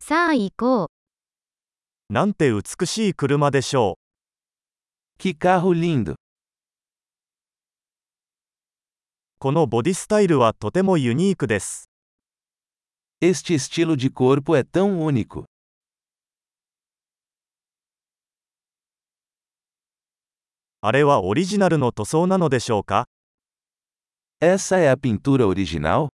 さあ行こう。なんて美しい車でしょう。 Que carro lindo! このボディスタイルはとてもユニークです。 Este estilo de corpo é tão único. あれはオリジナルの塗装なのでしょうか Essa é a pintura original?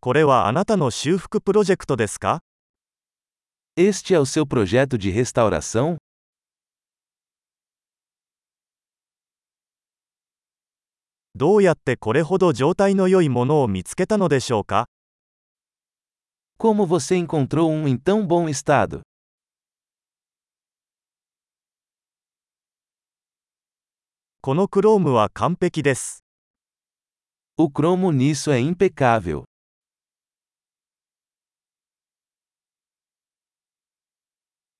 これはあなたの修復プロジェクトですか Este é o seu projeto de restauração? どうやってこれほど状態の良いものを見つけたのでしょうか Como você encontrou um em tão bom estado? このクロームは完璧です。 O cromo nisso é impecável.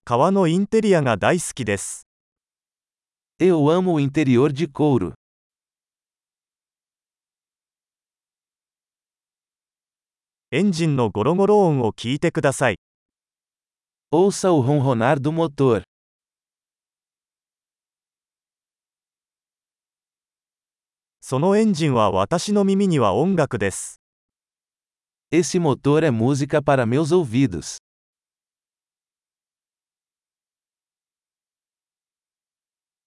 革のインテリアが大好きです。 Eu amo o interior de couro. エンジンのゴロゴロ音を聞いてください。 Ouça o ronronar do motor. そのエンジンは私の耳には音楽です。 Esse motor é música para meus ouvidos.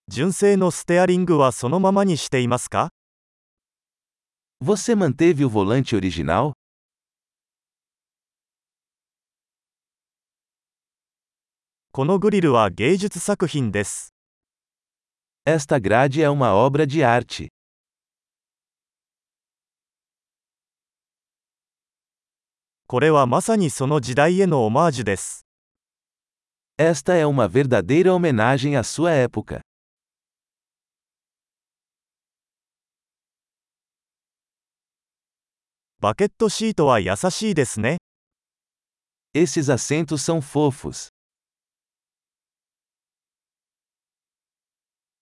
純正のステアリングはそのままにしていますか Você manteve o volante original? このグリルは芸術作品です。 Esta grade é uma obra de arte. これはまさにその時代へのオマージュです。 Esta é uma verdadeira homenagem à sua época. バケットシートは優しいですね。 Esses assentos são fofos.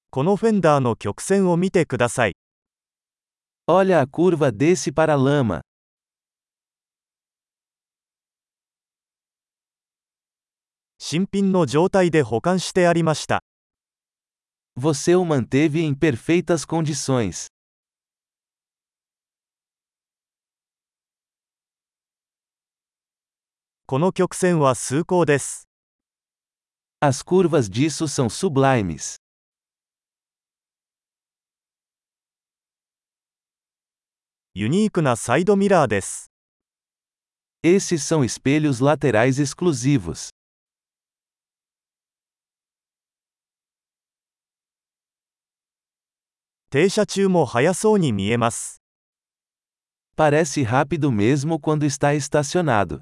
このフェンダーの曲線を見てください。 Olha a curva desse para-lama. 新品の状態で保管してありました。 Você o manteve em perfeitas condições. この曲線は崇高です。 As curvas disso são sublimes. ユニークなサイドミラーです。 Esses são espelhos laterais exclusivos. 停車中も速そうに見えます。 Parece rápido mesmo quando está estacionado.